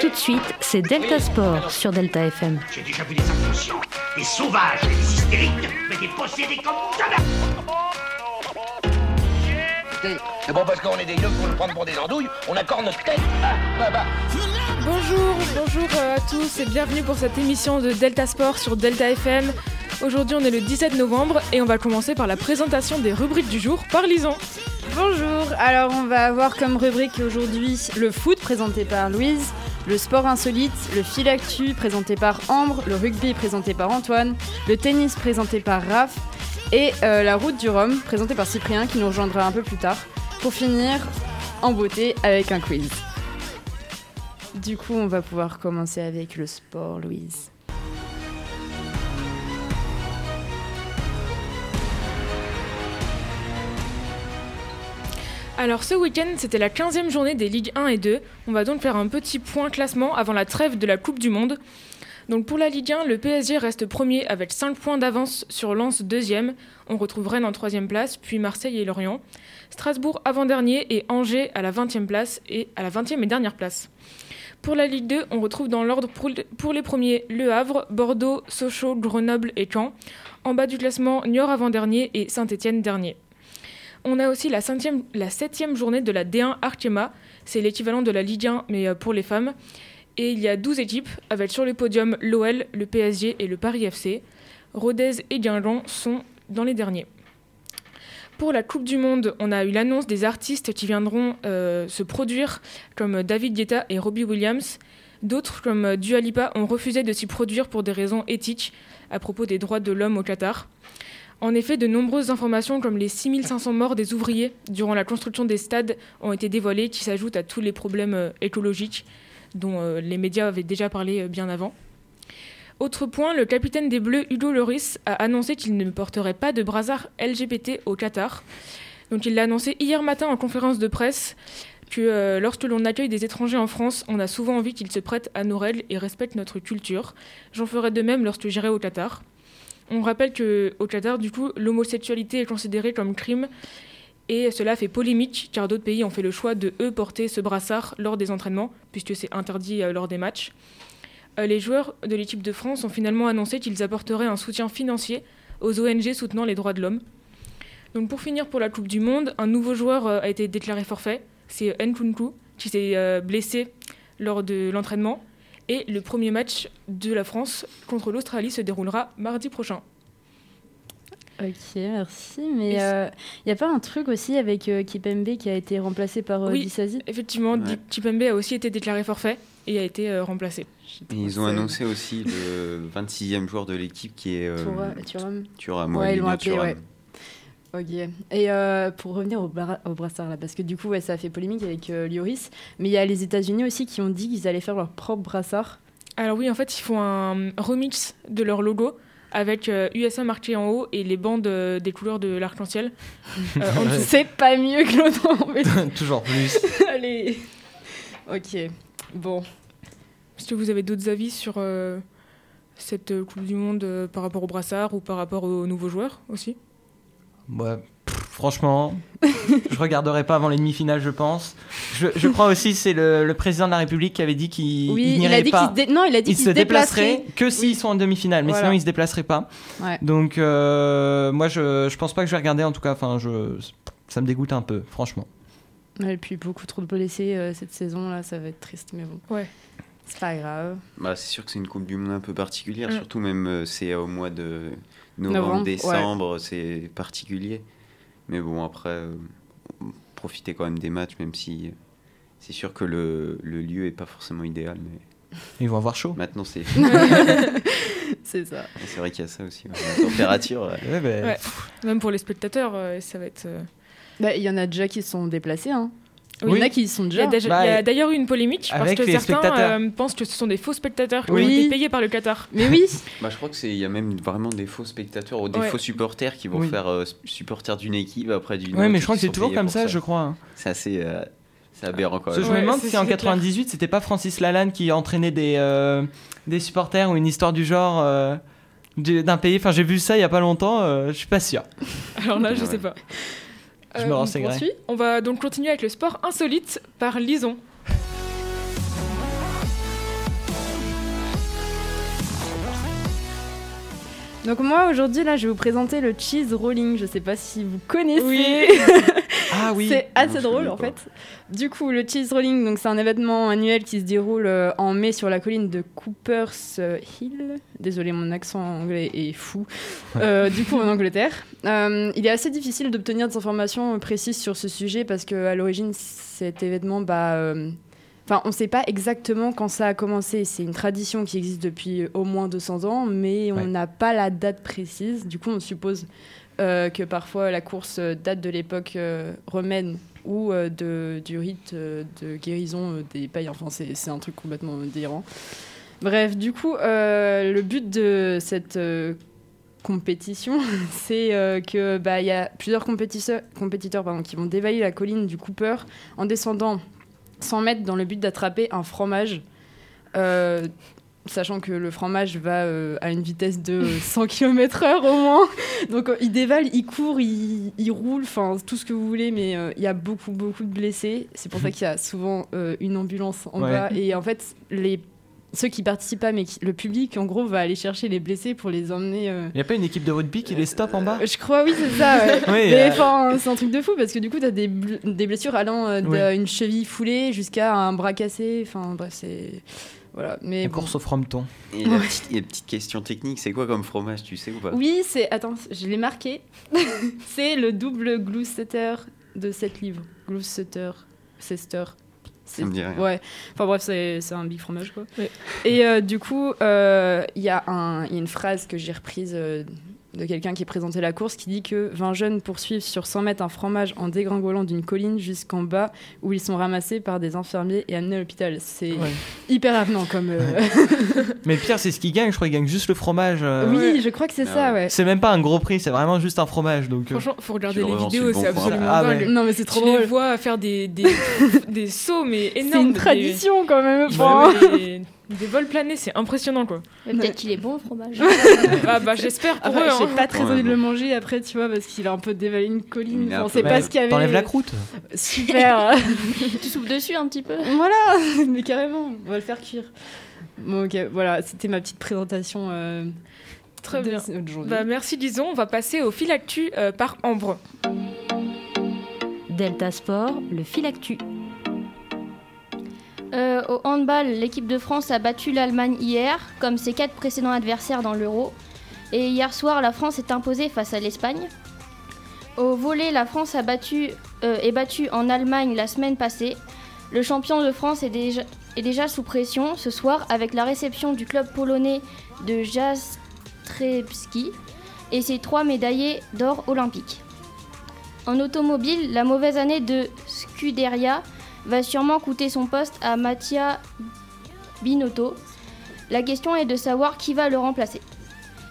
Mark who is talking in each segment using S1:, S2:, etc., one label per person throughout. S1: Tout de suite, c'est Delta Sport sur Delta FM.
S2: J'ai déjà vu des inconscients, des sauvages, et des hystériques, mais des possédés comme jamais.
S3: Écoutez, C'est bon parce qu'on est des yeux pour nous prendre pour des andouilles, on accorde notre tête. Ah, bah, bah.
S4: Bonjour, bonjour euh, à tous et bienvenue pour cette émission de Delta Sport sur Delta FM. Aujourd'hui, on est le 17 novembre et on va commencer par la présentation des rubriques du jour par Lison.
S5: Bonjour, alors on va avoir comme rubrique aujourd'hui le foot présenté par Louise, le sport insolite, le fil actu présenté par Ambre, le rugby présenté par Antoine, le tennis présenté par Raph et euh, la route du Rhum présentée par Cyprien qui nous rejoindra un peu plus tard pour finir en beauté avec un quiz. Du coup, on va pouvoir commencer avec le sport, Louise.
S4: Alors ce week-end, c'était la 15e journée des Ligues 1 et 2. On va donc faire un petit point classement avant la trêve de la Coupe du Monde. Donc pour la Ligue 1, le PSG reste premier avec 5 points d'avance sur Lens deuxième. On retrouve Rennes en troisième place, puis Marseille et Lorient. Strasbourg avant-dernier et Angers à la 20e place et à la 20e et dernière place. Pour la Ligue 2, on retrouve dans l'ordre pour le- pour les premiers Le Havre, Bordeaux, Sochaux, Grenoble et Caen. En bas du classement, Niort avant-dernier et Saint-Étienne dernier. On a aussi la, cinquième, la septième journée de la D1 Arkema. C'est l'équivalent de la Ligue 1, mais euh, pour les femmes. Et il y a 12 équipes, avec sur les podiums l'OL, le PSG et le Paris FC. Rodez et Guingamp sont dans les derniers. Pour la Coupe du Monde, on a eu l'annonce des artistes qui viendront euh, se produire, comme euh, David Guetta et Robbie Williams. D'autres, comme euh, Dua Lipa, ont refusé de s'y produire pour des raisons éthiques à propos des droits de l'homme au Qatar. En effet, de nombreuses informations comme les 6500 morts des ouvriers durant la construction des stades ont été dévoilées, qui s'ajoutent à tous les problèmes euh, écologiques dont euh, les médias avaient déjà parlé euh, bien avant. Autre point, le capitaine des Bleus, Hugo Loris, a annoncé qu'il ne porterait pas de brassard LGBT au Qatar. Donc il l'a annoncé hier matin en conférence de presse que euh, lorsque l'on accueille des étrangers en France, on a souvent envie qu'ils se prêtent à nos règles et respectent notre culture. J'en ferai de même lorsque j'irai au Qatar. On rappelle que au Qatar, du coup, l'homosexualité est considérée comme crime et cela fait polémique car d'autres pays ont fait le choix de eux porter ce brassard lors des entraînements puisque c'est interdit euh, lors des matchs. Euh, les joueurs de l'équipe de France ont finalement annoncé qu'ils apporteraient un soutien financier aux ONG soutenant les droits de l'homme. Donc pour finir pour la Coupe du Monde, un nouveau joueur euh, a été déclaré forfait, c'est Nkunku qui s'est euh, blessé lors de l'entraînement et le premier match de la France contre l'Australie se déroulera mardi prochain.
S5: Ok, merci. Mais il
S4: Et c'est-
S5: n'y a pas un truc aussi avec euh, Kipembe qui a été remplacé par euh,
S4: Oui.
S5: Disasi
S4: Effectivement,
S6: Ouais.
S4: Chipembe a aussi été déclaré forfait et a été euh, remplacé.
S6: Et ils ont annoncé aussi le 26e joueur de l'équipe qui est euh,
S5: Toura- Thuram.
S6: Thuram,
S5: Ouais, ils
S6: Olivier
S5: l'ont appelé,
S6: Thuram.
S5: ouais. Ok. Et euh, pour revenir au, bra- au brassard là, parce que du coup ouais, ça a fait polémique avec euh, Lloris, mais il y a les États-Unis aussi qui ont dit qu'ils allaient faire leur propre brassard.
S4: Alors oui, en fait, ils font un um, remix de leur logo avec euh, USA marqué en haut et les bandes euh, des couleurs de l'arc-en-ciel. euh, en dessous.
S5: C'est pas mieux que l'autre. mais
S7: Ah Toujours plus.
S5: allez. Ok. Bon.
S4: Est-ce que vous avez d'autres avis sur euh, cette euh, Coupe du Monde euh, par rapport au brassard ou par rapport aux nouveaux joueurs aussi
S7: Ouais, pff, franchement, je regarderai pas avant les demi-finales, je pense. Je, je crois aussi c'est le, le président de la République qui avait dit qu'il
S5: Oui,
S7: il
S5: il,
S7: n'irait
S5: a dit
S7: pas.
S5: qu'il se, dé- non, il a dit
S7: il
S5: qu'il
S7: se déplacerait que s'ils
S5: Oui.
S7: sont en demi-finale, mais
S5: Voilà.
S7: sinon ils se déplaceraient pas.
S5: Ouais.
S7: Donc euh, moi je, je pense pas que je vais regarder en tout cas. Enfin je ça me dégoûte un peu, franchement.
S5: Ouais, et puis beaucoup trop de blessés euh, cette saison là, ça va être triste, mais bon.
S4: Ouais.
S5: C'est pas grave.
S6: Bah, c'est sûr que c'est une Coupe du Monde un peu particulière,
S4: Mm.
S6: surtout même euh, c'est au mois de novembre,
S5: Novembre, ouais.
S6: décembre, c'est particulier. Mais bon, après, euh, profitez quand même des matchs, même si euh, c'est sûr que le, le lieu est pas forcément idéal. Mais
S7: Ils vont avoir chaud.
S6: maintenant, c'est
S5: C'est ça.
S6: c'est vrai qu'il y a ça aussi. ouais. La température, ouais. bah,
S7: Ouais, ben,
S4: Ouais. Même pour les spectateurs, euh, ça va être. euh,
S5: Bah, Il y en a déjà qui se sont déplacés. Hein.
S7: Oui.
S5: Il y en a qui y sont
S4: Il y a
S5: déjà. hein.
S4: déjà-
S7: Bah,
S4: il y a
S7: et-
S4: d'ailleurs eu une polémique parce
S7: Avec
S4: que
S7: les
S4: certains
S7: spectateurs.
S4: euh, pensent que ce sont des faux spectateurs qui ont
S5: Oui.
S4: été payés par le Qatar.
S5: Mais oui,
S6: Bah, je crois que c'est il y a même vraiment des faux spectateurs ou des
S4: Ouais.
S6: faux supporters qui vont
S7: Oui.
S6: faire euh, supporters d'une équipe après d'une.
S7: ouais,
S6: autre,
S7: mais
S6: et
S7: je crois
S6: qui
S7: que c'est
S6: sont
S7: toujours
S6: payés
S7: comme
S6: pour
S7: ça, je crois. hein.
S6: C'est assez, euh, c'est aberrant quand
S7: Parce que
S6: même.
S7: je me
S4: Ouais,
S7: demande
S4: c'est-
S7: si en
S4: c'est clair.
S7: 98 c'était pas Francis Lalanne qui entraînait des, euh, des supporters ou une histoire du genre euh, du- d'un pays. Enfin, j'ai vu ça il y a pas longtemps, euh, je suis pas sûr.
S4: Alors là, je
S6: Ouais.
S4: sais pas.
S7: Je
S4: Euh,
S7: me
S4: on
S7: renseignerai.
S5: poursuit
S4: On va donc continuer avec le sport insolite par Lison.
S5: Donc moi aujourd'hui là je vais vous présenter le cheese rolling, je sais pas si vous connaissez.
S7: Ah oui.
S5: C'est
S6: Non,
S5: assez
S6: je
S5: drôle
S6: connais
S5: en
S6: pas.
S5: fait. Du coup, le Cheese Rolling, donc c'est un événement annuel qui se déroule euh, en mai sur la colline de Cooper's euh, Hill. Désolé, mon accent anglais est fou. Euh, du coup, en Angleterre, Euh, il est assez difficile d'obtenir des informations précises sur ce sujet parce que à l'origine, cet événement, bah, euh, enfin, on ne sait pas exactement quand ça a commencé. C'est une tradition qui existe depuis euh, au moins 200 ans, mais on
S7: Ouais.
S5: n'a pas la date précise. Du coup, on suppose euh, que parfois la course euh, date de l'époque euh, romaine ou euh, de, du rite euh, de guérison euh, des païens. Enfin, c'est c'est un truc complètement délirant. Bref, du coup, euh, le but de cette euh, compétition, c'est euh, que bah, il y a plusieurs compétiteurs, compétiteurs pardon, qui vont dévaler la colline du Cooper en descendant 100 mètres dans le but d'attraper un fromage. Euh, Sachant que le fromage va euh, à une vitesse de euh, 100 km/h au moins. Donc euh, il dévale, il court, il, il roule, enfin tout ce que vous voulez, mais euh, il y a beaucoup, beaucoup de blessés. C'est pour ça qu'il y a souvent euh, une ambulance en
S7: Ouais.
S5: bas. Et en fait, les, ceux qui participent pas, mais qui- le public, en gros, va aller chercher les blessés pour les emmener. euh,
S7: Il y a pas une équipe de rugby qui les stoppe en bas
S5: je crois, oui, c'est ça. ouais.
S7: Oui,
S5: Mais
S7: euh,
S5: enfin, c'est un truc de fou parce que du coup, t'as des, bl- des blessures allant euh,
S7: Oui.
S5: d'une cheville foulée jusqu'à un bras cassé. Enfin, bref, c'est. Voilà. Mais
S7: La
S5: bon.
S7: course au frometon.
S6: Et la petite, et la petite question technique, c'est quoi comme fromage, tu sais ou pas
S5: Oui, c'est. Attends, je l'ai marqué. c'est le double Gloucester de 7 livres. Gloucester, Cester.
S6: Ça me dit rien.
S5: Ouais. Enfin bref, c'est c'est un big fromage quoi.
S4: Ouais.
S5: Et euh, du coup, euh, il y, a un- il y a une phrase que j'ai reprise euh, de quelqu'un qui présentait la course qui dit que 20 jeunes poursuivent sur 100 mètres un fromage en dégringolant d'une colline jusqu'en bas où ils sont ramassés par des infirmiers et amenés à l'hôpital. C'est
S7: Ouais.
S5: hyper avenant comme. euh,
S7: Mais le pire, c'est ce qu'ils gagnent. Je crois qu'ils gagnent juste le fromage. euh,
S5: oui, je crois que c'est
S6: Ah
S5: ça, ouais.
S7: C'est même pas un gros prix, c'est vraiment juste un fromage. Donc, euh,
S4: Franchement, faut regarder
S6: Tu le
S4: les
S6: revends sur
S4: vidéos,
S6: le bon
S4: c'est
S6: coin.
S4: absolument
S7: Ah ouais.
S4: dingue.
S5: Non, mais c'est
S4: Tu
S5: trop
S4: les
S5: drôle.
S4: vois faire des, des, des sauts, mais
S5: C'est
S4: énormes.
S5: une
S4: des-
S5: tradition quand même.
S4: ils
S5: enfin.
S4: font des, des vols planés, c'est impressionnant quoi.
S8: Mais Peut-être qu'il est bon, le fromage.
S4: Ah bah j'espère pour
S5: Après,
S4: eux.
S5: j'ai
S4: hein.
S5: pas très
S6: Ouais,
S5: envie de
S6: bon.
S5: le manger après, tu vois, parce qu'il a un peu dévalé une colline.
S6: Il a un
S5: Enfin,
S6: peu
S5: c'est pas
S6: mal.
S5: ce qu'il y avait.
S7: t'enlèves la croûte.
S5: Super.
S8: tu soupes dessus un petit peu.
S5: voilà, mais carrément, on va le faire cuire. Bon, ok, voilà, c'était ma petite présentation. euh,
S4: Très
S5: de
S4: bien.
S5: ce- d'aujourd'hui.
S4: Bah merci disons, on va passer au fil actu euh, par Ambre.
S1: Delta Sport, le fil actu.
S8: Euh, au handball, l'équipe de France a battu l'Allemagne hier, comme ses quatre précédents adversaires dans l'Euro. Et hier soir, la France est imposée face à l'Espagne. Au volet, la France a battu, euh, est battue en Allemagne la semaine passée. Le champion de France est déjà, est déjà sous pression ce soir avec la réception du club polonais de Jastrzebski et ses trois médaillés d'or olympiques. En automobile, la mauvaise année de Scuderia va sûrement coûter son poste à Mattia Binotto. La question est de savoir qui va le remplacer.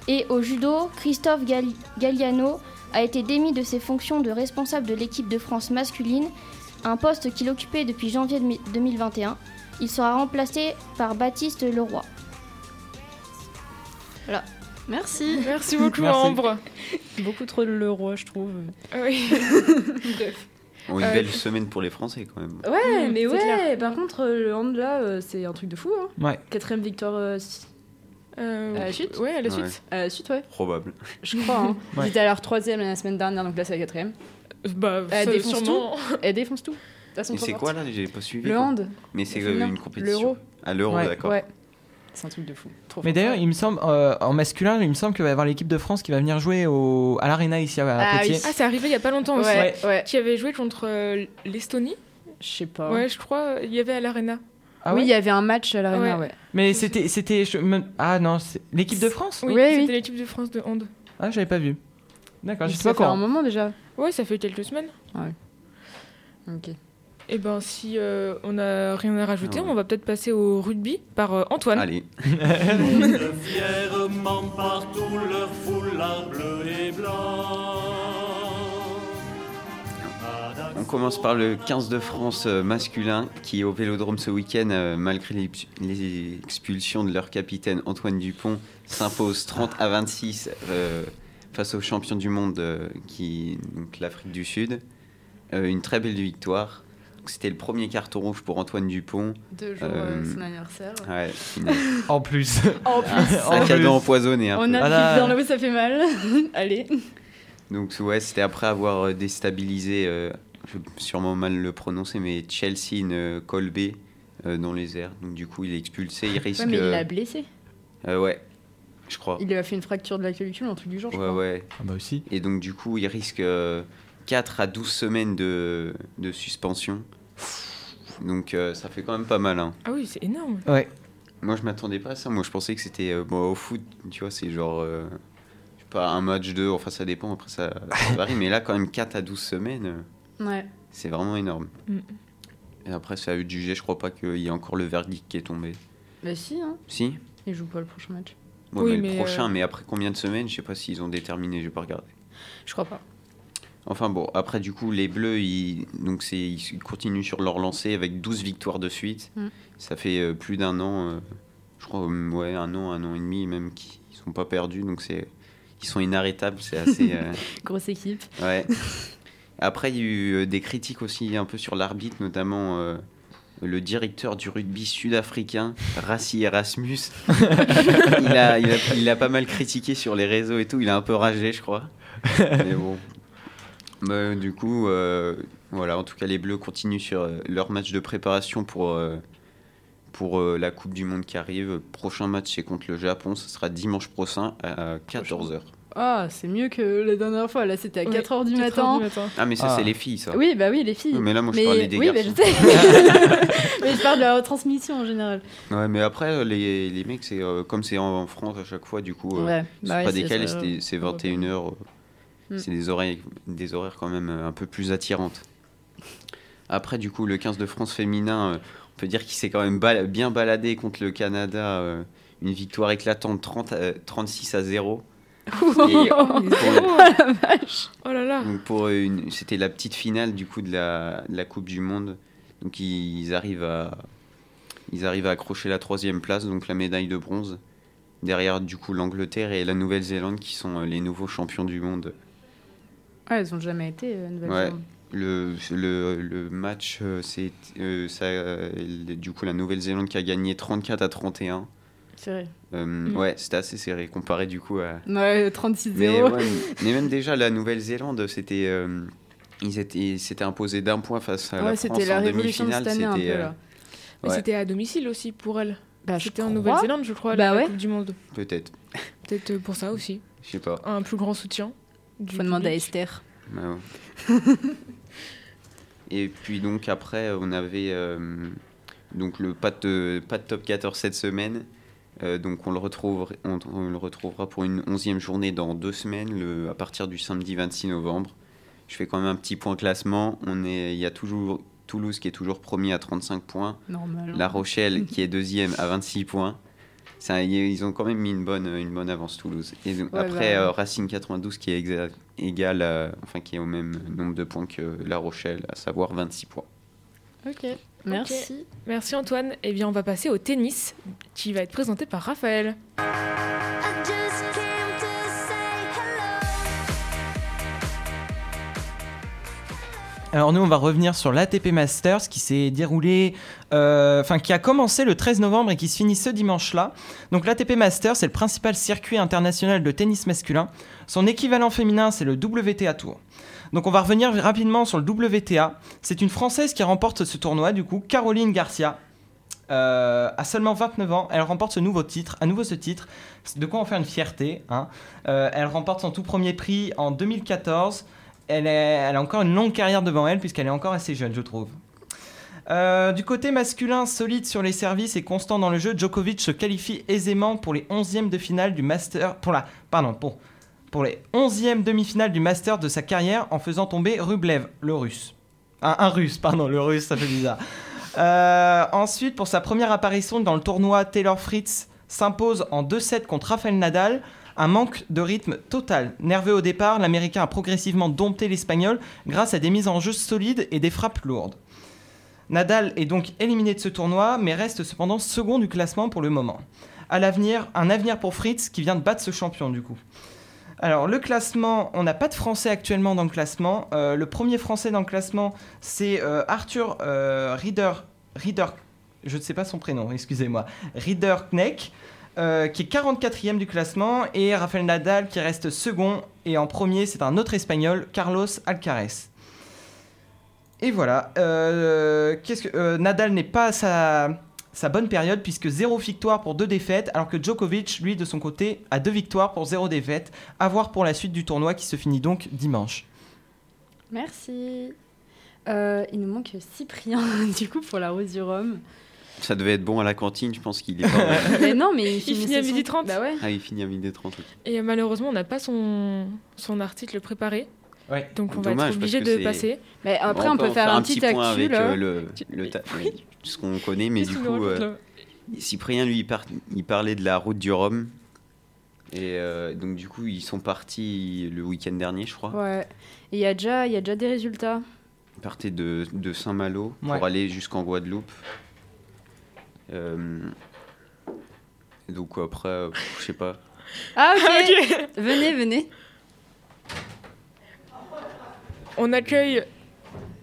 S8: Et au judo, Christophe Gal- Galliano a été démis de ses fonctions de responsable de l'équipe de France masculine, un poste qu'il occupait depuis janvier 2000- 2021. Il sera remplacé par Baptiste Leroy.
S5: Merci.
S4: Merci beaucoup
S7: Merci.
S4: Ambre.
S5: Beaucoup trop de l'euro, je trouve.
S4: Oui. Bref.
S6: Bon, une
S4: Euh,
S6: belle semaine pour les Français quand même.
S5: Ouais,
S4: Mmh,
S5: mais
S4: c'est
S5: ouais, par contre, euh, le hand là, euh, c'est un truc de fou. Hein.
S7: Ouais.
S5: Quatrième victoire euh, si-
S4: Euh,
S5: À la suite
S4: Ouais, à la
S6: Ouais.
S4: suite.
S5: à la suite, ouais.
S6: Probable.
S5: Je crois. Hein.
S7: Ouais.
S5: Ils étaient à leur troisième la semaine dernière, donc là, c'est la quatrième.
S4: Bah
S5: Elle
S4: ça,
S5: défonce
S4: sûrement.
S5: Elle défonce tout. Elles sont
S6: Et
S5: trop
S6: c'est
S5: fortes.
S6: quoi là J'ai pas suivi.
S5: Le
S6: quoi.
S5: hand.
S6: Mais c'est
S5: Le
S6: euh,
S5: féminin.
S6: une compétition.
S5: L'euro.
S6: À l'euro,
S7: Ouais.
S6: d'accord.
S5: Ouais. C'est un truc de fou. Trop
S7: Mais
S5: fort.
S7: d'ailleurs, il me semble, euh, en masculin, il me semble qu'il va y avoir l'équipe de France qui va venir jouer au, à l'Arena ici à
S5: Ah
S7: Poitiers.
S5: oui.
S4: Ah c'est arrivé il y a pas longtemps aussi.
S5: Ouais, ouais.
S4: Qui avait joué contre euh, l'Estonie
S5: Je sais pas.
S4: Ouais, je crois, euh, il y avait à l'arena.
S7: Ah
S5: oui,
S7: ouais
S5: il y avait un match à l'arena,
S4: Ouais.
S5: ouais.
S7: Mais c'était. c'était je- même- Ah non, c'est l'équipe de France
S4: Oui,
S5: Oui,
S4: c'était
S5: oui.
S4: l'équipe de France de hand.
S7: Ah, j'avais pas vu.
S6: Ah,
S7: D'accord, je sais
S5: Ça
S7: pas
S5: fait un
S7: quoi.
S5: moment déjà.
S4: Ouais, ça fait quelques semaines.
S5: Ok.
S4: Et ben si euh, on a rien à rajouter,
S6: Ah ouais.
S4: on va peut-être passer au rugby par euh, Antoine.
S6: Allez,
S9: Portent fièrement partout leur foulard bleu et blanc.
S6: on commence par le 15 de France euh, masculin qui est au Vélodrome ce week-end euh, malgré les, les expulsions de leur capitaine Antoine Dupont s'impose 30 à 26 euh, face aux champions du monde euh, qui donc l'Afrique du Sud. Euh, une très belle victoire. Donc, C'était le premier carton rouge pour Antoine Dupont.
S5: Deux jours,
S6: Euh, Ah,
S5: euh, son anniversaire.
S6: Ouais,
S7: En plus.
S5: En plus,
S6: un
S7: En plus.
S6: cadeau empoisonné. hein. un peu.
S5: Oh, on a
S7: Voilà.
S5: pris dans l'eau, ça fait mal. Allez.
S6: Donc ouais, c'était après avoir euh, déstabilisé, euh, je vais sûrement mal le prononcer, mais Chelsea une Colby euh, dans les airs. Donc du coup, il est expulsé, il risque...
S5: Ouais, mais il
S6: euh,
S5: l'a blessé.
S6: euh, ouais, je crois.
S5: Il lui a fait une fracture de la clavicule, un truc du genre, je
S6: Ouais,
S5: crois.
S6: ouais.
S7: Ah bah aussi.
S6: Et donc du coup, il risque euh, 4 à 12 semaines de, de suspension. Donc euh, ça fait quand même pas mal. hein.
S4: Ah oui, c'est énorme.
S7: Ouais.
S6: Moi, je m'attendais pas à ça. Moi, je pensais que c'était euh, bon, au foot, tu vois, c'est genre... euh, je sais pas, un match, deux, enfin ça dépend, après ça, ça varie. mais là, quand même 4 à 12 semaines... euh,
S5: Ouais.
S6: C'est vraiment énorme.
S4: Mm.
S6: Et après, c'est à eux de juger. Je crois pas qu'il y ait encore le verdict qui est tombé.
S5: Bah si, hein.
S6: Si
S5: Il joue pas le prochain match.
S6: Ouais,
S4: Oui,
S6: mais
S4: mais,
S6: le prochain,
S4: euh,
S6: mais après combien de semaines Je sais pas s'ils ont déterminé, j'ai pas regardé.
S5: Je crois pas.
S6: Enfin bon, après du coup, les Bleus, ils, donc c'est, ils continuent sur leur lancée avec 12 victoires de suite.
S5: Mm.
S6: Ça fait euh, plus d'un an, euh, je crois, euh, ouais, un an, un an et demi même qu'ils sont pas perdus. Donc c'est, ils sont inarrêtables, c'est assez... euh,
S5: Grosse équipe.
S6: Ouais. Après, il y a eu euh, des critiques aussi un peu sur l'arbitre, notamment euh, le directeur du rugby sud-africain, Rassi Erasmus. il, a, il, a, il a pas mal critiqué sur les réseaux et tout. Il a un peu ragé, je crois. Mais bon. Bah, du coup, euh, voilà. En tout cas, les Bleus continuent sur euh, leur match de préparation pour. euh, pour euh, la Coupe du Monde qui arrive, prochain match c'est contre le Japon, ce sera dimanche prochain à 14h.
S5: Ah, c'est mieux que la dernière fois. Là, c'était à 4h du matin.
S6: Ah mais ça
S7: Ah.
S6: c'est les filles ça.
S5: Oui, bah oui, les filles.
S6: Oui, Mais là, moi, je
S5: Mais-
S6: parlais des
S5: oui, mais je
S6: garçons.
S5: sais. mais je parle de la retransmission en général.
S6: Ouais, mais après, euh, les, les mecs, c'est euh, comme c'est en, en France à chaque fois, du coup, euh, c'est
S5: bah ouais,
S6: pas décalé,
S5: ça.
S6: c'était- c'est
S5: Mm.
S6: 21h. euh, C'est des horaires, des horaires quand même euh, un peu plus attirantes. Après, du coup, le 15 de France féminin, euh, on peut dire qu'il s'est quand même bal- bien baladé contre le Canada. euh, une victoire éclatante 30 à- 36 à 0. Et pour le-
S4: Oh là là.
S6: donc pour une, c'était la petite finale du coup de la, de la Coupe du Monde. Donc ils arrivent à, ils arrivent à accrocher la troisième place, donc la médaille de bronze. Derrière du coup l'Angleterre et la Nouvelle-Zélande qui sont euh, les nouveaux champions du monde.
S5: Ouais, elles ont jamais été euh, nouvelle
S6: Ouais.
S5: zélande
S6: Le, le, le match, euh, c'est euh, ça, euh, le- du coup la Nouvelle-Zélande qui a gagné 34 à 31.
S5: C'est vrai.
S6: Euh, Ouais, c'était assez serré comparé du coup à,
S5: Ouais, 36-0.
S6: Mais, ouais, mais même déjà, la Nouvelle-Zélande, c'était. euh, ils étaient, ils s'étaient imposés d'un point face à
S5: Ouais,
S6: la
S5: c'était
S6: France
S5: la
S6: en
S5: révolution de cette
S6: demi-finale.
S5: année un peu
S6: C'était euh,
S5: là.
S4: Mais
S6: Ouais.
S4: c'était à domicile aussi pour elle.
S5: Bah, je
S4: C'était en
S5: crois.
S4: Nouvelle-Zélande, je crois,
S5: Bah
S4: la
S5: ouais.
S4: Coupe du Monde.
S6: peut-être,
S4: Peut-être euh, pour ça aussi.
S6: je sais pas.
S4: Un plus grand soutien. du
S5: Faut demander à
S4: public.
S5: Esther.
S6: Ouais, ouais. Et puis donc après, on avait euh, donc le pas de pas de top 14 cette semaine. Euh, donc on le retrouvera, on, on le retrouvera pour une onzième journée dans deux semaines, le, à partir du samedi 26 novembre. Je fais quand même un petit point classement. On est, il y a toujours Toulouse qui est toujours premier à 35 points.
S5: Normal.
S6: La Rochelle qui est deuxième à 26 points. Ça, y- ils ont quand même mis une bonne, une bonne avance Toulouse. Et donc,
S5: Ouais,
S6: après
S5: bah.
S6: euh, Racing 92 qui est exa- égal, à- enfin qui est au même nombre de points que La Rochelle, à savoir 26 points.
S5: Ok. Merci.
S4: Merci Antoine. Eh bien, on va passer au tennis qui va être présenté par Raphaël.
S7: Alors nous, on va revenir sur l'ATP Masters qui s'est déroulé, euh, enfin qui a commencé le 13 novembre et qui se finit ce dimanche-là. Donc l'ATP Masters, c'est le principal circuit international de tennis masculin. Son équivalent féminin, c'est le WTA Tour. Donc on va revenir rapidement sur le WTA. C'est une Française qui remporte ce tournoi, du coup, Caroline Garcia. Euh, à seulement 29 ans, elle remporte ce nouveau titre, à nouveau ce titre, C'est de quoi en faire une fierté. hein. Euh, elle remporte son tout premier prix en 2014 elle, est- elle a encore une longue carrière devant elle puisqu'elle est encore assez jeune, je trouve. Euh, du côté masculin, solide sur les services et constant dans le jeu, Djokovic se qualifie aisément pour les 11e de finale du Master pour la pardon pour pour les 11e demi-finale du Master de sa carrière en faisant tomber Rublev, le Russe. Un, un Russe, pardon, le Russe, ça fait bizarre. Euh, ensuite, pour sa première apparition dans le tournoi, Taylor Fritz s'impose en 2-7 contre Rafael Nadal un manque de rythme total. Nerveux au départ, l'Américain a progressivement dompté l'Espagnol grâce à des mises en jeu solides et des frappes lourdes. Nadal est donc éliminé de ce tournoi, mais reste cependant second du classement pour le moment. À l'avenir, un avenir pour Fritz qui vient de battre ce champion du coup. Alors le classement, on n'a pas de Français actuellement dans le classement. Euh, le premier Français dans le classement, c'est euh, Arthur euh, Rieder, Rieder- je ne sais pas son prénom, excusez-moi, Rieder Kneck, euh, qui est 44e du classement, et Rafael Nadal qui reste second, et en premier c'est un autre Espagnol, Carlos Alcaraz. Et voilà, euh, qu'est-ce que, euh, Nadal n'est pas à sa, sa bonne période puisque 0 victoire pour 2 défaites, alors que Djokovic, lui, de son côté, a 2 victoires pour 0 défaite. À voir pour la suite du tournoi qui se finit donc dimanche.
S5: Merci. Euh, il nous manque Cyprien, du coup, pour la Rose du Rhum.
S6: Ça devait être bon à la cantine, je pense qu'il est pas.
S5: Mais non, mais il,
S4: finit à 12h30.
S5: Bah ouais.
S6: ah, il finit à 12h30. ok.
S4: Et euh, malheureusement, on n'a pas son, son article préparé.
S7: Ouais.
S4: Donc on va
S6: Dommage,
S4: être
S6: parce
S4: obligé
S6: que
S4: de
S6: c'est-
S4: passer.
S5: Mais après, on,
S6: Bon,
S5: peut faire, un petit hein. actu,
S6: point avec
S5: là.
S6: euh, le, le ta-
S4: Oui.
S6: ce qu'on connaît, mais
S4: Qu'est-ce
S6: du
S4: que tu
S6: coup,
S4: nous racontes,
S6: euh,
S4: là
S6: Cyprien, lui, il, par- il parlait de la route du Rhum. Et euh, donc, du coup, ils sont partis le week-end dernier, je crois.
S5: Ouais. Et il y, a déjà- il y a déjà des résultats.
S6: Ils partaient de, de Saint-Malo
S7: Ouais.
S6: pour aller jusqu'en Guadeloupe. Euh, donc, après, euh, pff, je sais pas.
S5: Ah, ok. venez, venez.
S4: On accueille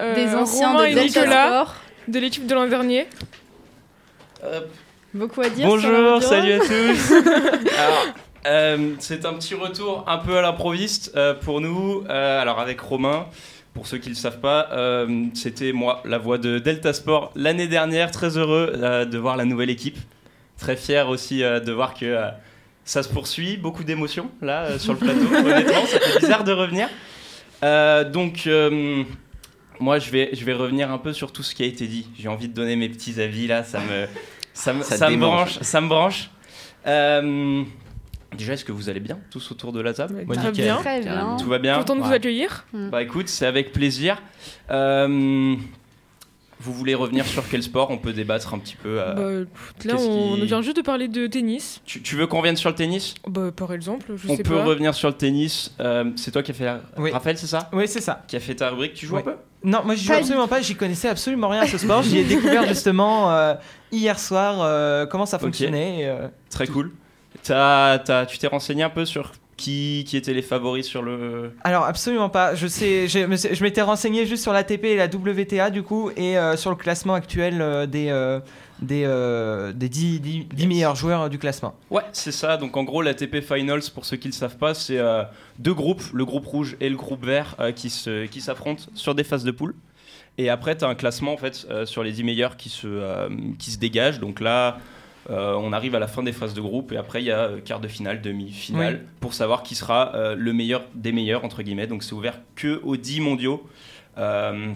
S4: euh,
S5: des anciens
S4: Romain
S5: de
S4: et
S5: Delta
S4: Nicolas
S5: Sport.
S4: de l'équipe de l'an dernier.
S5: Beaucoup à dire. sur la
S10: Bonjour,
S5: Rose du Rhum.
S10: salut à tous. Alors, euh, c'est un petit retour un peu à l'improviste euh, pour nous. Euh, alors avec Romain, pour ceux qui ne le savent pas, euh, c'était moi, la voix de Delta Sport l'année dernière. Très heureux euh, de voir la nouvelle équipe. Très fier aussi euh, de voir que euh, ça se poursuit. Beaucoup d'émotions là euh, sur le plateau. Honnêtement, ça fait bizarre de revenir. Euh, donc euh, moi, je vais, je vais revenir un peu sur tout ce qui a été dit. J'ai envie de donner mes petits avis là. Ça me, ça me,
S6: Ça
S10: ça me
S6: démange.
S10: branche. Ça me branche. Euh, déjà, est-ce que vous allez bien tous autour de la table
S7: Bon,
S4: Très
S7: nickel.
S4: bien.
S5: Très bien.
S6: Carrément.
S10: Tout va bien
S4: Content de vous
S10: Ouais.
S4: accueillir.
S10: Bah écoute, c'est avec plaisir. Euh, vous voulez revenir sur quel sport On peut débattre un petit peu. euh,
S4: Bah, écoute, là,
S10: qu'est-ce
S4: on
S10: qui-
S4: vient juste de parler de tennis.
S10: Tu, tu veux qu'on revienne sur le tennis
S4: Bah, par exemple, je
S10: On
S4: sais
S10: peut
S4: pas.
S10: revenir sur le tennis. Euh, c'est toi qui as fait la...
S7: Oui.
S10: Raphaël, c'est ça
S7: Oui, c'est ça.
S10: Qui a fait ta rubrique Tu joues
S7: Oui.
S10: un peu
S7: Non, moi, je joue
S5: Pas du
S7: absolument pas, j'y connaissais absolument rien à ce sport. J'y ai découvert justement euh, hier soir euh, comment ça fonctionnait. et, euh,
S10: Très cool. T'as- t'as- tu t'es renseigné un peu sur qui, qui étaient les favoris sur le.
S7: Alors absolument pas. Je sais, je, me suis- je m'étais renseigné juste sur l'ATP et la WTA du coup et euh, sur le classement actuel euh, des euh, des euh, des 10,
S10: Yes.
S7: meilleurs joueurs euh, du classement.
S10: Ouais, c'est ça. Donc en gros, l'ATP Finals, pour ceux qui ne le savent pas, c'est euh, deux groupes, le groupe rouge et le groupe vert, euh, qui se- qui s'affrontent sur des phases de poule. Et après, tu as un classement en fait, euh, sur les 10 meilleurs qui se, euh, qui se dégagent. Donc là, euh, on arrive à la fin des phases de groupe et après, il y a euh, quart de finale, demi-finale, pour savoir qui sera euh, le meilleur des meilleurs, entre guillemets. Donc c'est ouvert que aux 10 mondiaux. Euh,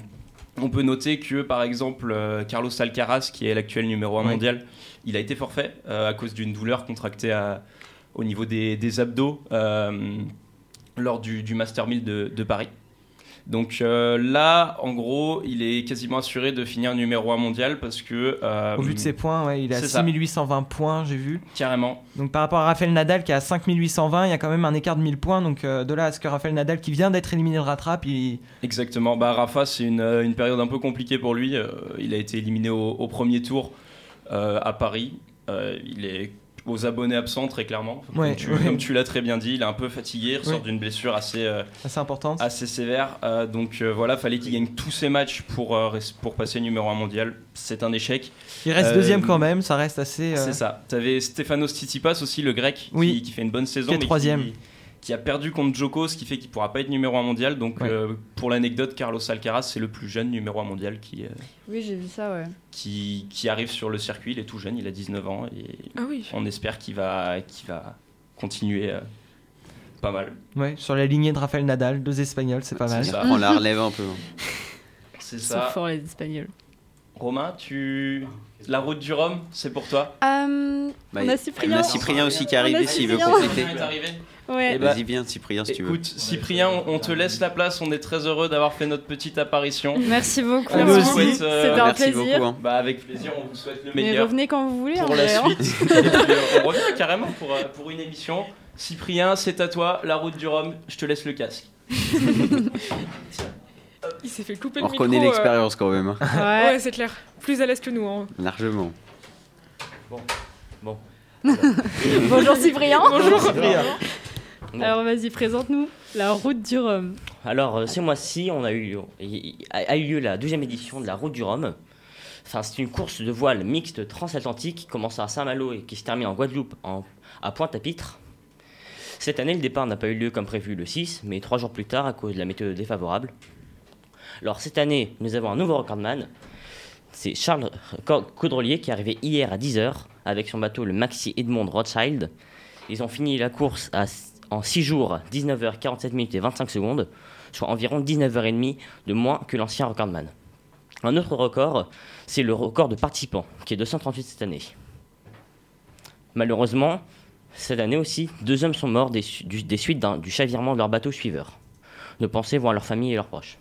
S10: on peut noter que, par exemple, euh, Carlos Alcaraz, qui est l'actuel numéro 1
S7: Oui.
S10: mondial, il a été forfait euh, à cause d'une douleur contractée à- au niveau des, des abdos euh, lors du, du Master 1000 de, de Paris. Donc euh, là, en gros, il est quasiment assuré de finir numéro 1 mondial parce que. euh,
S7: Au vu de ses points, ouais, il a
S10: c'est ça.
S7: 6820 points, j'ai vu.
S10: Carrément.
S7: Donc par rapport à Rafael Nadal qui a 5820, il y a quand même un écart de 1000 points. Donc euh, de là à ce que Rafael Nadal qui vient d'être éliminé de rattrape, il...
S10: Exactement. Bah, Rafa, c'est une, euh, une période un peu compliquée pour lui. Euh, il a été éliminé au, au premier tour euh, à Paris. Euh, il est aux abonnés absents, très clairement. Comme
S7: Ouais,
S10: tu,
S7: ouais.
S10: comme tu l'as très bien dit, il est un peu fatigué, il ressort
S7: Ouais.
S10: d'une blessure assez, euh,
S7: c'est important.
S10: assez sévère. Euh, donc euh, voilà, fallait qu'il gagne tous ses matchs pour, euh, res- pour passer numéro 1 mondial. C'est un échec.
S7: Il reste
S10: euh,
S7: deuxième quand même, ça reste assez. euh,
S10: C'est ça. Tu avais Stefanos Tsitsipas aussi, le grec, qui-
S7: Oui.
S10: qui, fait une bonne saison.
S7: Qui est troisième.
S10: Qui, qui a perdu contre Joko, ce qui fait qu'il pourra pas être numéro 1 mondial. Donc,
S7: Ouais.
S10: euh, pour l'anecdote, Carlos Alcaraz, c'est le plus jeune numéro 1 mondial qui, euh,
S5: Oui, j'ai vu ça, ouais.
S10: qui, qui arrive sur le circuit. Il est tout jeune, il a 19 ans. Et
S4: Ah oui.
S10: on espère qu'il va, qu'il va continuer euh, pas mal.
S7: ouais, sur la lignée de Rafael Nadal, deux Espagnols, c'est pas mal.
S10: ça.
S6: On la relève un peu. hein.
S10: C'est
S5: Ils sont
S10: ça.
S5: forts, les Espagnols.
S10: Romain, Hein, tu. La route du Rhum, c'est pour toi
S5: Euh,
S6: Bah,
S5: on a Cyprien.
S6: On a Cyprien aussi qui
S10: On a
S6: arrive s'il veut
S5: Cyprien.
S6: compléter.
S10: est arrivé
S5: Ouais.
S10: Eh ben,
S6: Vas-y, viens, Cyprien, si tu veux.
S10: Écoute, Cyprien, on on te laisse la place. On est très heureux d'avoir fait notre petite apparition.
S5: Merci beaucoup.
S10: On
S7: vous
S5: Laurent.
S10: souhaite, euh,
S5: C'était un
S6: Merci
S5: plaisir.
S6: beaucoup. hein.
S10: Bah avec plaisir, on vous souhaite le
S5: Mais
S10: meilleur
S5: revenez quand vous voulez.
S10: pour
S5: en
S10: la
S5: vrai, hein.
S10: suite. Et puis, euh, on revient carrément pour, euh, pour une émission. Cyprien, c'est à toi, la route du Rhum, je te laisse le casque.
S4: Il s'est fait couper
S6: On
S4: le micro.
S6: reconnaît
S4: euh,
S6: l'expérience quand même, hein.
S5: Ouais.
S4: Ouais, c'est clair. Plus à l'aise que nous. hein.
S6: largement.
S5: Bonjour Cyprien.
S4: Bonjour.
S7: Cyprien.
S11: Non.
S5: Alors vas-y, présente-nous la route du Rhum.
S11: Alors, euh, ce mois-ci, on a eu il- il- a a eu lieu la deuxième édition de la Route du Rhum. Enfin, c'est une course de voile mixte transatlantique qui commence à Saint-Malo et qui se termine en Guadeloupe, en- à Pointe-à-Pitre. Cette année, le départ n'a pas eu lieu comme prévu le 6, mais trois jours plus tard à cause de la météo défavorable. Alors, cette année, nous avons un nouveau recordman. C'est Charles Co- Caudrelier qui est arrivé hier à 10h avec son bateau le Maxi Edmond Rothschild. Ils ont fini la course à- en 6 jours, 19h47 minutes et 25 secondes, soit environ 19h30 de moins que l'ancien recordman. Un autre record, c'est le record de participants, qui est 238 cette année. Malheureusement, cette année aussi, deux hommes sont morts des, su- du- des suites d'un- du chavirement de leur bateau suiveur. Nos pensées vont à leur famille et leurs proches.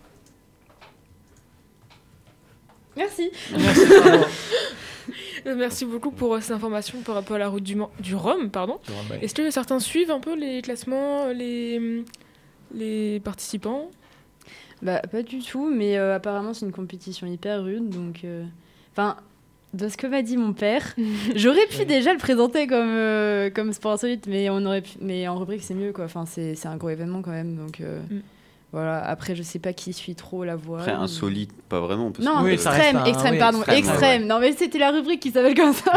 S5: Merci.
S4: Euh, Merci beaucoup pour euh, cette information par rapport à la route du, Man- du Rhum. Pardon.
S10: Du Rhum, ouais.
S4: Est-ce que certains suivent un peu les classements, euh, les, les participants
S5: Bah pas du tout, mais euh, apparemment c'est une compétition hyper rude, donc... euh, Enfin, de ce que m'a dit mon père, j'aurais pu déjà le présenter comme, euh, comme sport insolite, mais, on aurait pu- mais en rubrique c'est mieux, quoi. Enfin, c'est c'est un gros événement quand même, donc... euh,
S4: Mm.
S5: Voilà, après je sais pas qui suit trop la voix.
S6: Après,
S5: mais-
S6: insolite, pas vraiment. parce
S5: Non,
S6: que- euh,
S5: extrême, extrême, pardon, extrême. Non mais c'était la rubrique qui s'appelle comme ça.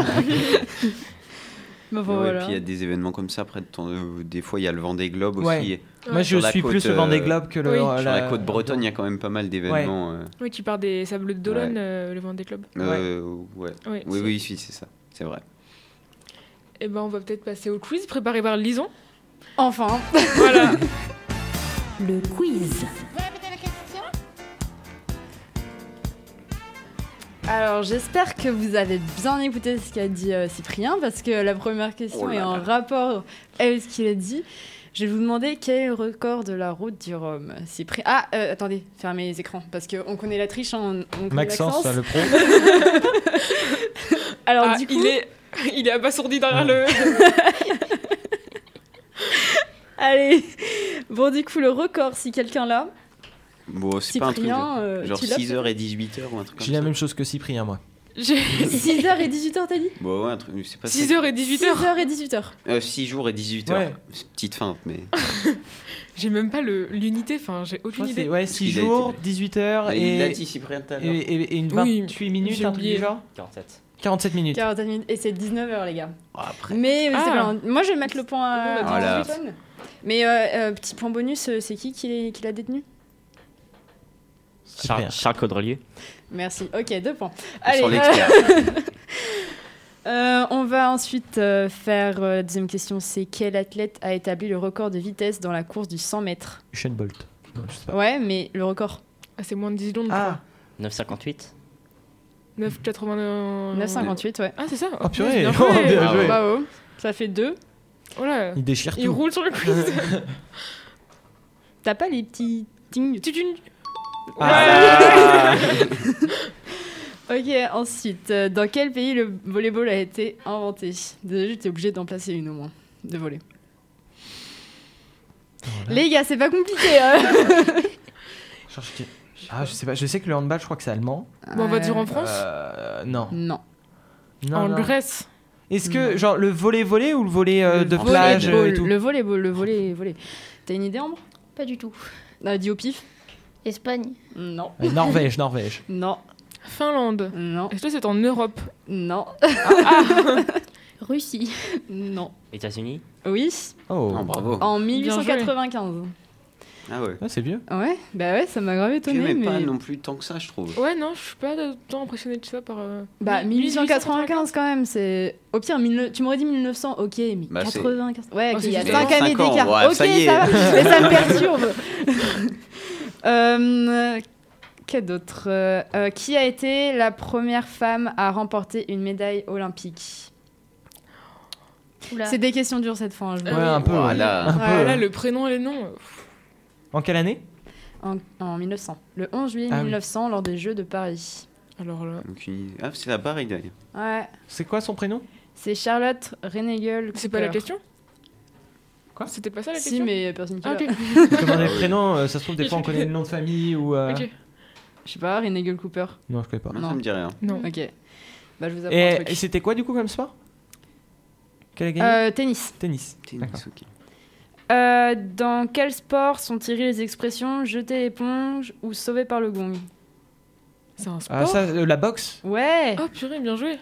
S5: Bon,
S6: Ouais,
S5: voilà.
S6: puis il y a des événements comme ça. Après, t'en- euh, des fois, il y a le Vendée Globe
S7: Ouais. Oh
S6: aussi.
S7: Moi, je
S6: Sur la
S7: suis
S6: côte,
S7: plus le
S6: euh,
S7: Vendée Globe que le.
S4: Oui.
S7: euh,
S6: Sur la
S7: la-
S6: côte bretonne, il y a quand même pas mal d'événements. euh,
S4: Oui, qui part des sables de Dolonne, euh, le Vendée Club.
S6: euh, ouais.
S4: Oui,
S6: Oui,
S4: c'est-
S6: oui, si, c'est ça. C'est vrai.
S4: Eh ben, on va peut-être passer au quiz préparé par Lison.
S5: Enfin.
S4: Voilà.
S1: Le quiz.
S5: Alors j'espère que vous avez bien écouté ce qu'a dit euh, Cyprien parce que la première question
S1: Oh là
S5: est en
S1: là.
S5: rapport avec ce qu'il a dit. Je vais vous demander quel est le record de la route du Rhum. Cyprien. Ah euh, attendez, fermez les écrans parce qu'on connaît la triche. hein, on- on connaît
S7: Maxence,
S5: Maxence.
S7: le pro.
S5: Alors
S4: Ah,
S5: du coup,
S4: il est, il est abasourdi derrière le.
S5: allez. Bon du coup le record si quelqu'un l'a.
S6: Bon, c'est pas un truc.
S5: Cyprien, euh,
S6: genre
S5: tu l'as,
S6: 6h et 18h ou un truc comme
S7: J'ai la même chose que Cyprien, moi.
S4: J'ai
S5: 6h et 18h t'as dit
S6: ça. Bon, ouais, un truc. C'est pas
S4: 6h et 18h.
S5: 6h et 18h.
S6: 6 jours et 18h.
S7: Ouais.
S6: Petite feinte, mais.
S4: J'ai même pas le- l'unité, enfin, j'ai
S7: Je crois
S4: aucune
S7: que
S4: idée.
S7: c'est ouais, 6
S6: qu'il a
S7: jours,
S6: été-
S7: 18
S5: Ah,
S7: heures
S6: Il l'a
S7: et,
S6: dit, Cyprien, tout à
S7: et,
S6: l'heure.
S7: et- et une
S4: Oui,
S7: 28 minutes,
S4: j'ai
S7: un truc
S4: oublié.
S7: du genre
S11: 47.
S7: 47 minutes.
S5: 47 minutes et c'est 19h les gars.
S6: Après.
S5: Mais euh, c'est
S4: Ah.
S5: pas un- moi je vais mettre le point à,
S6: Nous, on a
S5: à
S6: dit
S5: Antoine. Mais euh, euh, petit point bonus, euh, c'est qui qui, l'est- qui l'a détenu
S11: Char-
S7: Cyprien.
S11: Charles Caudrelier.
S5: Merci. Ok, deux points.
S6: Allez,
S5: Allez,
S6: sur
S5: euh,
S6: l'expert.
S5: euh, on va ensuite euh, faire euh, la deuxième question. C'est quel athlète a établi le record de vitesse dans la course du 100 mètres
S7: Usain Bolt. Non, je sais pas.
S5: Ouais, mais le record.
S4: Ah, c'est moins de 10 secondes.
S7: Ah,
S11: 958.
S4: 9,89.
S5: 9,58, ouais.
S4: Ah, c'est ça
S7: Oh, purée.
S4: bien
S7: Oh,
S4: joué. Bah,
S7: bien joué.
S5: Bravo. Ça fait deux.
S4: Voilà.
S7: il déchire
S4: Il
S7: tout.
S4: roule sur le quiz.
S5: T'as pas les petits ting
S4: Tudun.
S7: Ah.
S5: Ok, ensuite, euh, dans quel pays le volleyball a été inventé Déjà, j'étais obligée d'en placer une au moins, de voler. Les gars, c'est pas compliqué. hein.
S7: Genre, je dis- Ah, je sais pas, je sais que le handball, je crois que c'est allemand.
S4: Bon, on va dire en France
S7: Euh, non.
S5: Non.
S7: non.
S4: En
S7: non.
S4: Grèce.
S7: Est-ce que, genre, le volet-volet ou le volet euh, de
S5: Le
S7: plage euh, et
S5: volleyball,
S7: tout
S5: Le volleyball, le volley, volley. T'as une idée, Ambre
S8: Pas du tout.
S5: euh, Dis au pif
S8: Espagne.
S5: Non.
S7: Euh, Norvège, Norvège.
S5: Non.
S4: Finlande.
S5: Non.
S4: Est-ce que c'est en Europe
S5: Non.
S4: Ah.
S8: Russie.
S5: Non.
S11: États-Unis.
S5: Oui,
S7: Oh,
S6: Non, Ah, bravo.
S5: en
S4: Bien joué.
S5: 1895.
S6: Ah ouais.
S7: Ah, c'est vieux.
S5: Ouais, bah ouais, ça m'a grave
S6: Tu
S5: étonné.
S6: mais
S5: Mais...
S6: pas non plus tant que ça, je trouve.
S4: Ouais, non, je suis pas tant impressionnée de ça par. euh,
S5: Bah, 1895 quand même, c'est. Au pire, mille- tu m'aurais dit 1900, ok, mais
S6: Bah, c'est-
S5: 95. Ouais,
S4: Oh,
S5: ok,
S4: c'est
S5: il y a
S4: juste
S5: 5
S6: avant.
S5: années
S6: Cinq ans,
S5: d'écart.
S6: ouais,
S5: ok,
S6: ça y est.
S5: va, mais ça me perturbe. Euh, Quel d'autre Euh, euh, Qui a été la première femme à remporter une médaille olympique
S8: Oula.
S5: C'est des questions dures cette fois. hein, je vous
S4: Euh,
S7: Ouais,
S5: le dis.
S7: un peu. ouais.
S6: Voilà.
S7: Un
S4: Ah,
S7: peu,
S4: là,
S7: hein.
S4: le prénom et les noms. euh, pff,
S7: En quelle année
S5: En, en 1900. Le 11 juillet
S7: Ah oui.
S5: 1900, lors des Jeux de Paris.
S4: Alors là.
S6: Donc, une- Ah, c'est la barre, il y a-
S5: Ouais,
S7: C'est quoi son prénom
S5: c'est Charlotte Renegel.
S4: C'est pas la
S5: Cooper.
S4: question
S7: Quoi
S4: C'était pas ça la
S5: Si,
S4: question
S5: mais personne qui
S4: Ah,
S5: l'a.
S4: ok.
S7: Dans
S6: Ah
S7: les
S6: oui.
S7: prénoms, euh, ça se trouve, des fois, on connaît le nom de famille ou. euh,
S4: Ok.
S5: Je sais pas, Renegel Cooper.
S7: Non, je connais pas.
S6: Moi,
S5: Non.
S6: ça me dit rien.
S4: Non.
S5: Ok. Bah, je vous apprends un
S7: Et,
S5: truc.
S7: et c'était quoi, du coup, comme sport Quelle a gagné
S5: Euh, tennis.
S7: Tennis. D'accord.
S6: Tennis, ok.
S5: Euh, dans quel sport sont tirées les expressions jeter l'éponge ou sauvé par le gong
S4: C'est un sport.
S7: Ah, ça, euh, la boxe
S5: Ouais
S4: Oh purée, bien joué.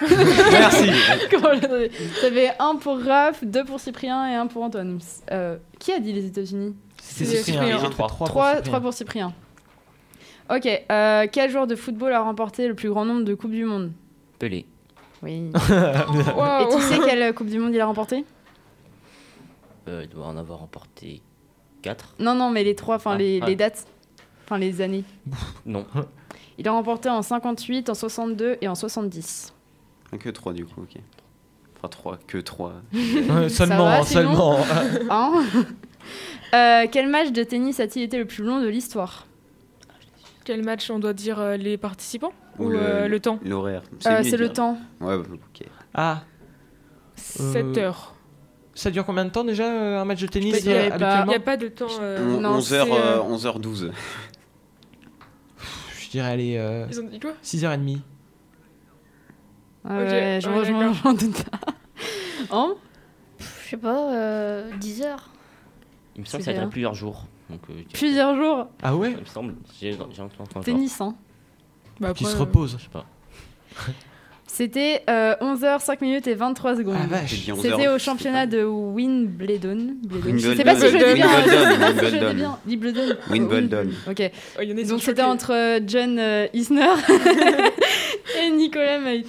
S7: Merci.
S5: Comment je l'ai entendu Ça fait un pour Raph, deux pour Cyprien et un pour Antoine. Euh, qui a dit les États-Unis
S7: C'était
S4: C'est Cyprien.
S7: Cyprien.
S4: J'ai
S11: trois.
S5: Trois
S7: Cyprien.
S5: trois pour Cyprien. Ok, euh, quel joueur de football a remporté le plus grand nombre de Coupes du Monde
S11: Pelé.
S5: Oui. Et
S4: Waouh.
S5: tu sais quelle Coupe du Monde il a remporté
S11: Euh, il doit en avoir emporté 4.
S5: Non, non, mais les trois, enfin
S11: Ah,
S5: les,
S11: ouais.
S5: les dates, enfin les années.
S11: Non.
S5: Il a remporté en 58, en 62 et en 70.
S6: Ah, Que 3 du coup, ok. Enfin 3, que 3.
S7: Euh, seulement,
S5: va, c'est
S7: seulement.
S5: Hein Euh, quel match de tennis a-t-il été le plus long de l'histoire
S4: Quel match on doit dire euh, les participants
S6: Ou
S4: ou,
S6: le-
S4: euh, le temps
S6: L'horaire.
S5: Euh,
S6: mieux
S5: C'est
S6: de
S5: le
S6: dire.
S5: temps.
S6: Ouais, bah, ok.
S7: Ah,
S4: 7
S7: Euh,
S4: heures.
S7: ça dure combien de temps déjà euh, un match
S5: Je
S7: de
S5: bah,
S7: tennis
S5: te dirais
S7: euh,
S5: pas.
S4: Il
S7: habituellement
S4: n'y a pas de temps. euh,
S5: non, c'est, euh,
S6: 11h12.
S7: Je dirais allez euh,
S4: Ils ont dit quoi
S7: 6h30.
S5: Ah
S4: Ok,
S5: ouais, je
S4: ouais,
S5: vois- je m'en
S4: d'accord.
S5: j'en doute pas. Hein
S8: Pff, Je sais pas, euh, 10 heures.
S11: Il me semble que ça
S5: C'est
S11: a duré
S5: bien.
S11: plusieurs jours. Donc, euh, je dirais-
S5: Plusieurs jours.
S7: Ah ouais
S11: Il me semble. J'ai j'ai entendu un jour.
S5: Tennis, hein.
S4: Bah, après,
S7: Qui se
S4: euh,
S7: repose.
S11: Je sais pas.
S5: C'était euh, 11h, 5 minutes et 23 secondes.
S7: Ah
S6: J'ai
S7: vache.
S6: dit 11
S5: C'était
S6: heures.
S5: au championnat de Wimbledon. Wimbledon. Je sais
S6: Wimbledon.
S5: pas si je le dis bien. Je sais pas si je le dis
S6: Wimbledon.
S5: bien. Wimbledon.
S6: Wimbledon.
S5: Ok.
S4: oh, il y en a qui
S5: Donc
S4: sont choqués.
S5: c'était entre euh, John euh, Isner et Nicolas Mahut.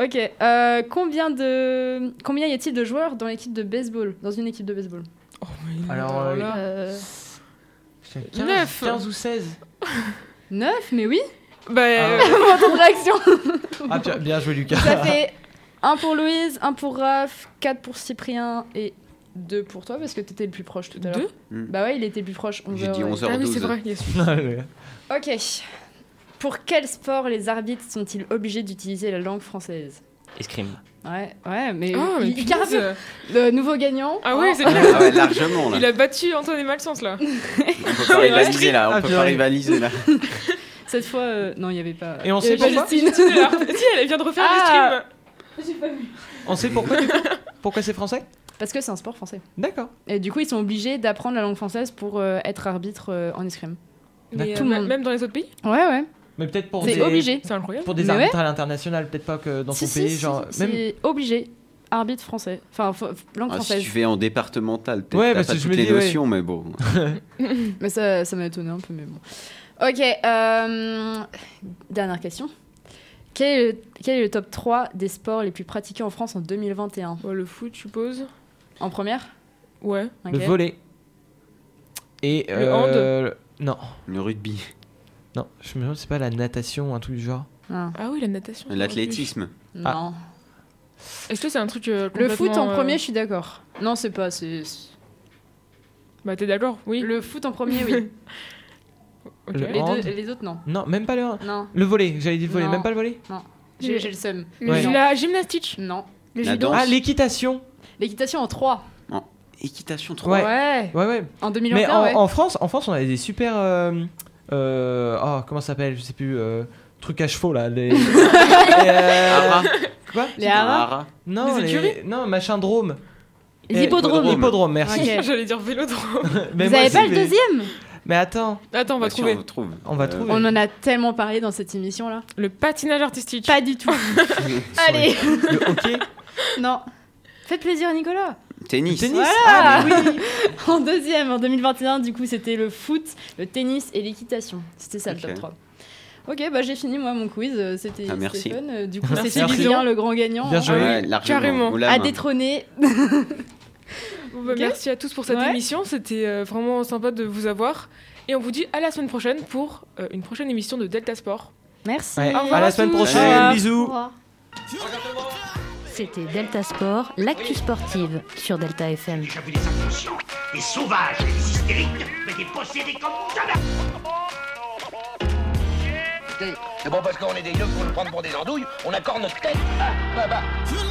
S5: Ok. euh, combien de combien y a-t-il de joueurs dans l'équipe de baseball Dans une équipe de baseball
S4: Oh, mais
S7: Alors,
S4: non,
S7: euh,
S4: là.
S8: Euh,
S7: 15,
S4: Neuf.
S7: 15 ou 16
S5: Neuf, mais oui.
S4: Bah, euh,
S5: Votre réaction.
S7: Ah bien, bien joué Lucas.
S5: Ça fait un pour Louise, un pour Raph, quatre pour Cyprien et deux pour toi parce que t'étais le plus proche tout à l'heure.
S4: Deux
S6: Hmm.
S5: Bah ouais, il était le plus proche. 11
S6: J'ai
S5: heures,
S6: dit
S5: ouais.
S4: Ah oui, c'est
S6: 11h12.
S4: vrai. yes.
S5: Ok. Pour quel sport les arbitres sont-ils obligés d'utiliser la langue française
S11: Escrime.
S5: Ouais, ouais, mais,
S4: Ah, mais
S5: il- il
S4: punaise.
S5: carbure. Le nouveau gagnant.
S4: Ah ouais,
S5: Oh.
S4: c'est
S6: Ah
S4: bien.
S6: ouais, largement là.
S4: Il a battu Antoine et Malsens là.
S6: On peut pas rivaliser là.
S7: Ah,
S6: On peut
S7: purée.
S6: pas rivaliser là.
S5: Cette fois, euh, non, il n'y avait pas.
S7: Et on
S5: il y avait
S7: sait
S5: pas
S7: pourquoi
S5: Justine.
S4: si, elle vient de refaire
S5: Ah.
S7: On sait pourquoi du coup Pourquoi c'est français
S5: Parce que c'est un sport français.
S7: D'accord.
S5: Et du coup, ils sont obligés d'apprendre la langue française pour euh, être arbitre euh, en escrime.
S4: le stream. Mais,
S7: D'accord.
S4: euh,
S5: Tout le
S4: ma-
S5: monde.
S4: même dans les autres pays
S5: Ouais, ouais.
S7: Mais peut-être pour
S5: C'est
S7: des
S5: obligé.
S4: C'est incroyable.
S7: pour des
S5: Mais ouais.
S7: arbitres à l'international, peut-être pas que dans
S5: Si,
S7: son
S5: si,
S7: pays,
S5: si,
S7: genre
S5: si,
S7: même
S5: C'est obligé. Arbitre français. Enfin, fa- langue
S6: Ah, si
S5: française.
S6: tu fais en départemental, peut-être
S7: Ouais,
S6: t'as
S7: parce
S6: pas
S7: que je
S6: toutes
S7: me
S6: les
S7: dis, ouais.
S6: notions, mais bon.
S5: Mais ça, ça m'a étonné un peu, mais bon. Ok. euh, Dernière question. Quel est, le, quel est le top 3 des sports les plus pratiqués en France en 2021
S4: Bon, Oh, le foot, je suppose.
S5: En première
S4: Ouais.
S5: Ok.
S7: le volet. Et
S4: Le
S7: euh, le- non,
S6: Le rugby,
S7: non, je me demande c'est pas la natation ou un truc du genre.
S5: Non.
S4: Ah oui, la natation.
S6: l'athlétisme.
S7: Ah.
S5: Non.
S4: Est-ce que c'est un truc. euh,
S5: Le foot en
S4: complètement, euh,
S5: premier, je suis d'accord. Non, c'est pas. c'est- c'est-
S4: Bah, t'es d'accord, oui.
S5: Le foot en premier, oui.
S4: Ok.
S7: Le-
S5: les,
S7: hand.
S5: deux- les autres, non.
S7: Non, même pas le
S5: Non.
S7: le volet. J'allais dire le volet,
S5: Non.
S7: même pas le volet.
S5: J'ai j'ai le seum.
S8: le
S7: Ouais.
S8: judo.
S4: La gymnastique.
S5: Non.
S8: Le
S6: La
S8: judo.
S6: danse.
S7: Ah l'équitation.
S5: L'équitation en 3.
S6: Équitation 3.
S7: Ouais.
S5: Ouais.
S7: Ouais ouais.
S5: En
S7: Mais
S5: 2021,
S7: en,
S5: ouais.
S7: en France, en France, on avait des super. Euh, euh, oh, comment ça s'appelle Je sais plus. Euh, trucs à chevaux là. Les. Et, euh,
S6: Hara.
S7: quoi
S5: Les haras.
S6: Hara.
S7: Non,
S4: Les
S7: les,
S4: écuries
S7: non, machin drôme.
S5: Les
S7: Eh,
S5: hippodromes.
S6: hippodromes.
S7: Hippodrome, merci.
S5: Ok.
S4: J'allais dire vélodrome.
S7: Mais
S5: Vous
S7: moi,
S5: avez pas
S7: c'est-
S5: le deuxième
S7: Mais attends,
S4: Attends, on va
S6: Bah, si,
S4: trouver.
S6: On trouve.
S7: on va
S6: Euh,
S7: trouver.
S5: On en a tellement parlé dans cette émission-là.
S4: Le patinage artistique.
S5: Pas du tout. Allez.
S7: Le hockey.
S5: Non. Faites plaisir, Nicolas.
S6: Tennis.
S7: Tennis.
S5: Voilà.
S7: Ah, mais oui.
S5: En deuxième, en 2021, du coup, c'était le foot, le tennis et l'équitation. C'était ça,
S6: Ok.
S5: le top 3. Ok, bah j'ai fini, moi, mon quiz. Euh, C'était
S6: Ah,
S5: c'était
S6: merci.
S5: fun. Euh, Du coup, c'est
S7: Merci.
S5: Cyprien, le grand gagnant.
S7: Bien
S5: hein,
S7: joué.
S6: Ouais, largement.
S4: Carrément.
S6: Ou la
S5: À
S6: main.
S5: détrôner
S4: Bon, bah,
S5: Ok.
S4: Merci à tous pour cette
S5: Ouais.
S4: émission. C'était euh, vraiment sympa de vous avoir. Et on vous dit à la semaine prochaine pour euh, une prochaine émission de Delta Sport.
S5: Merci.
S7: Ouais,
S5: Au revoir
S7: à la
S5: à
S7: semaine
S5: tous.
S7: prochaine.
S5: Au revoir.
S8: Au
S7: Bisous.
S8: revoir.
S1: C'était Delta Sport, l'actu sportive sur Delta FM.
S2: J'ai déjà vu des inconscients, des sauvages, des hystériques, mais des possédés comme jamais.
S3: C'est bon parce qu'on est des yeux pour nous prendre pour des andouilles, on accorde notre tête. Ah, bah, bah.
S9: Je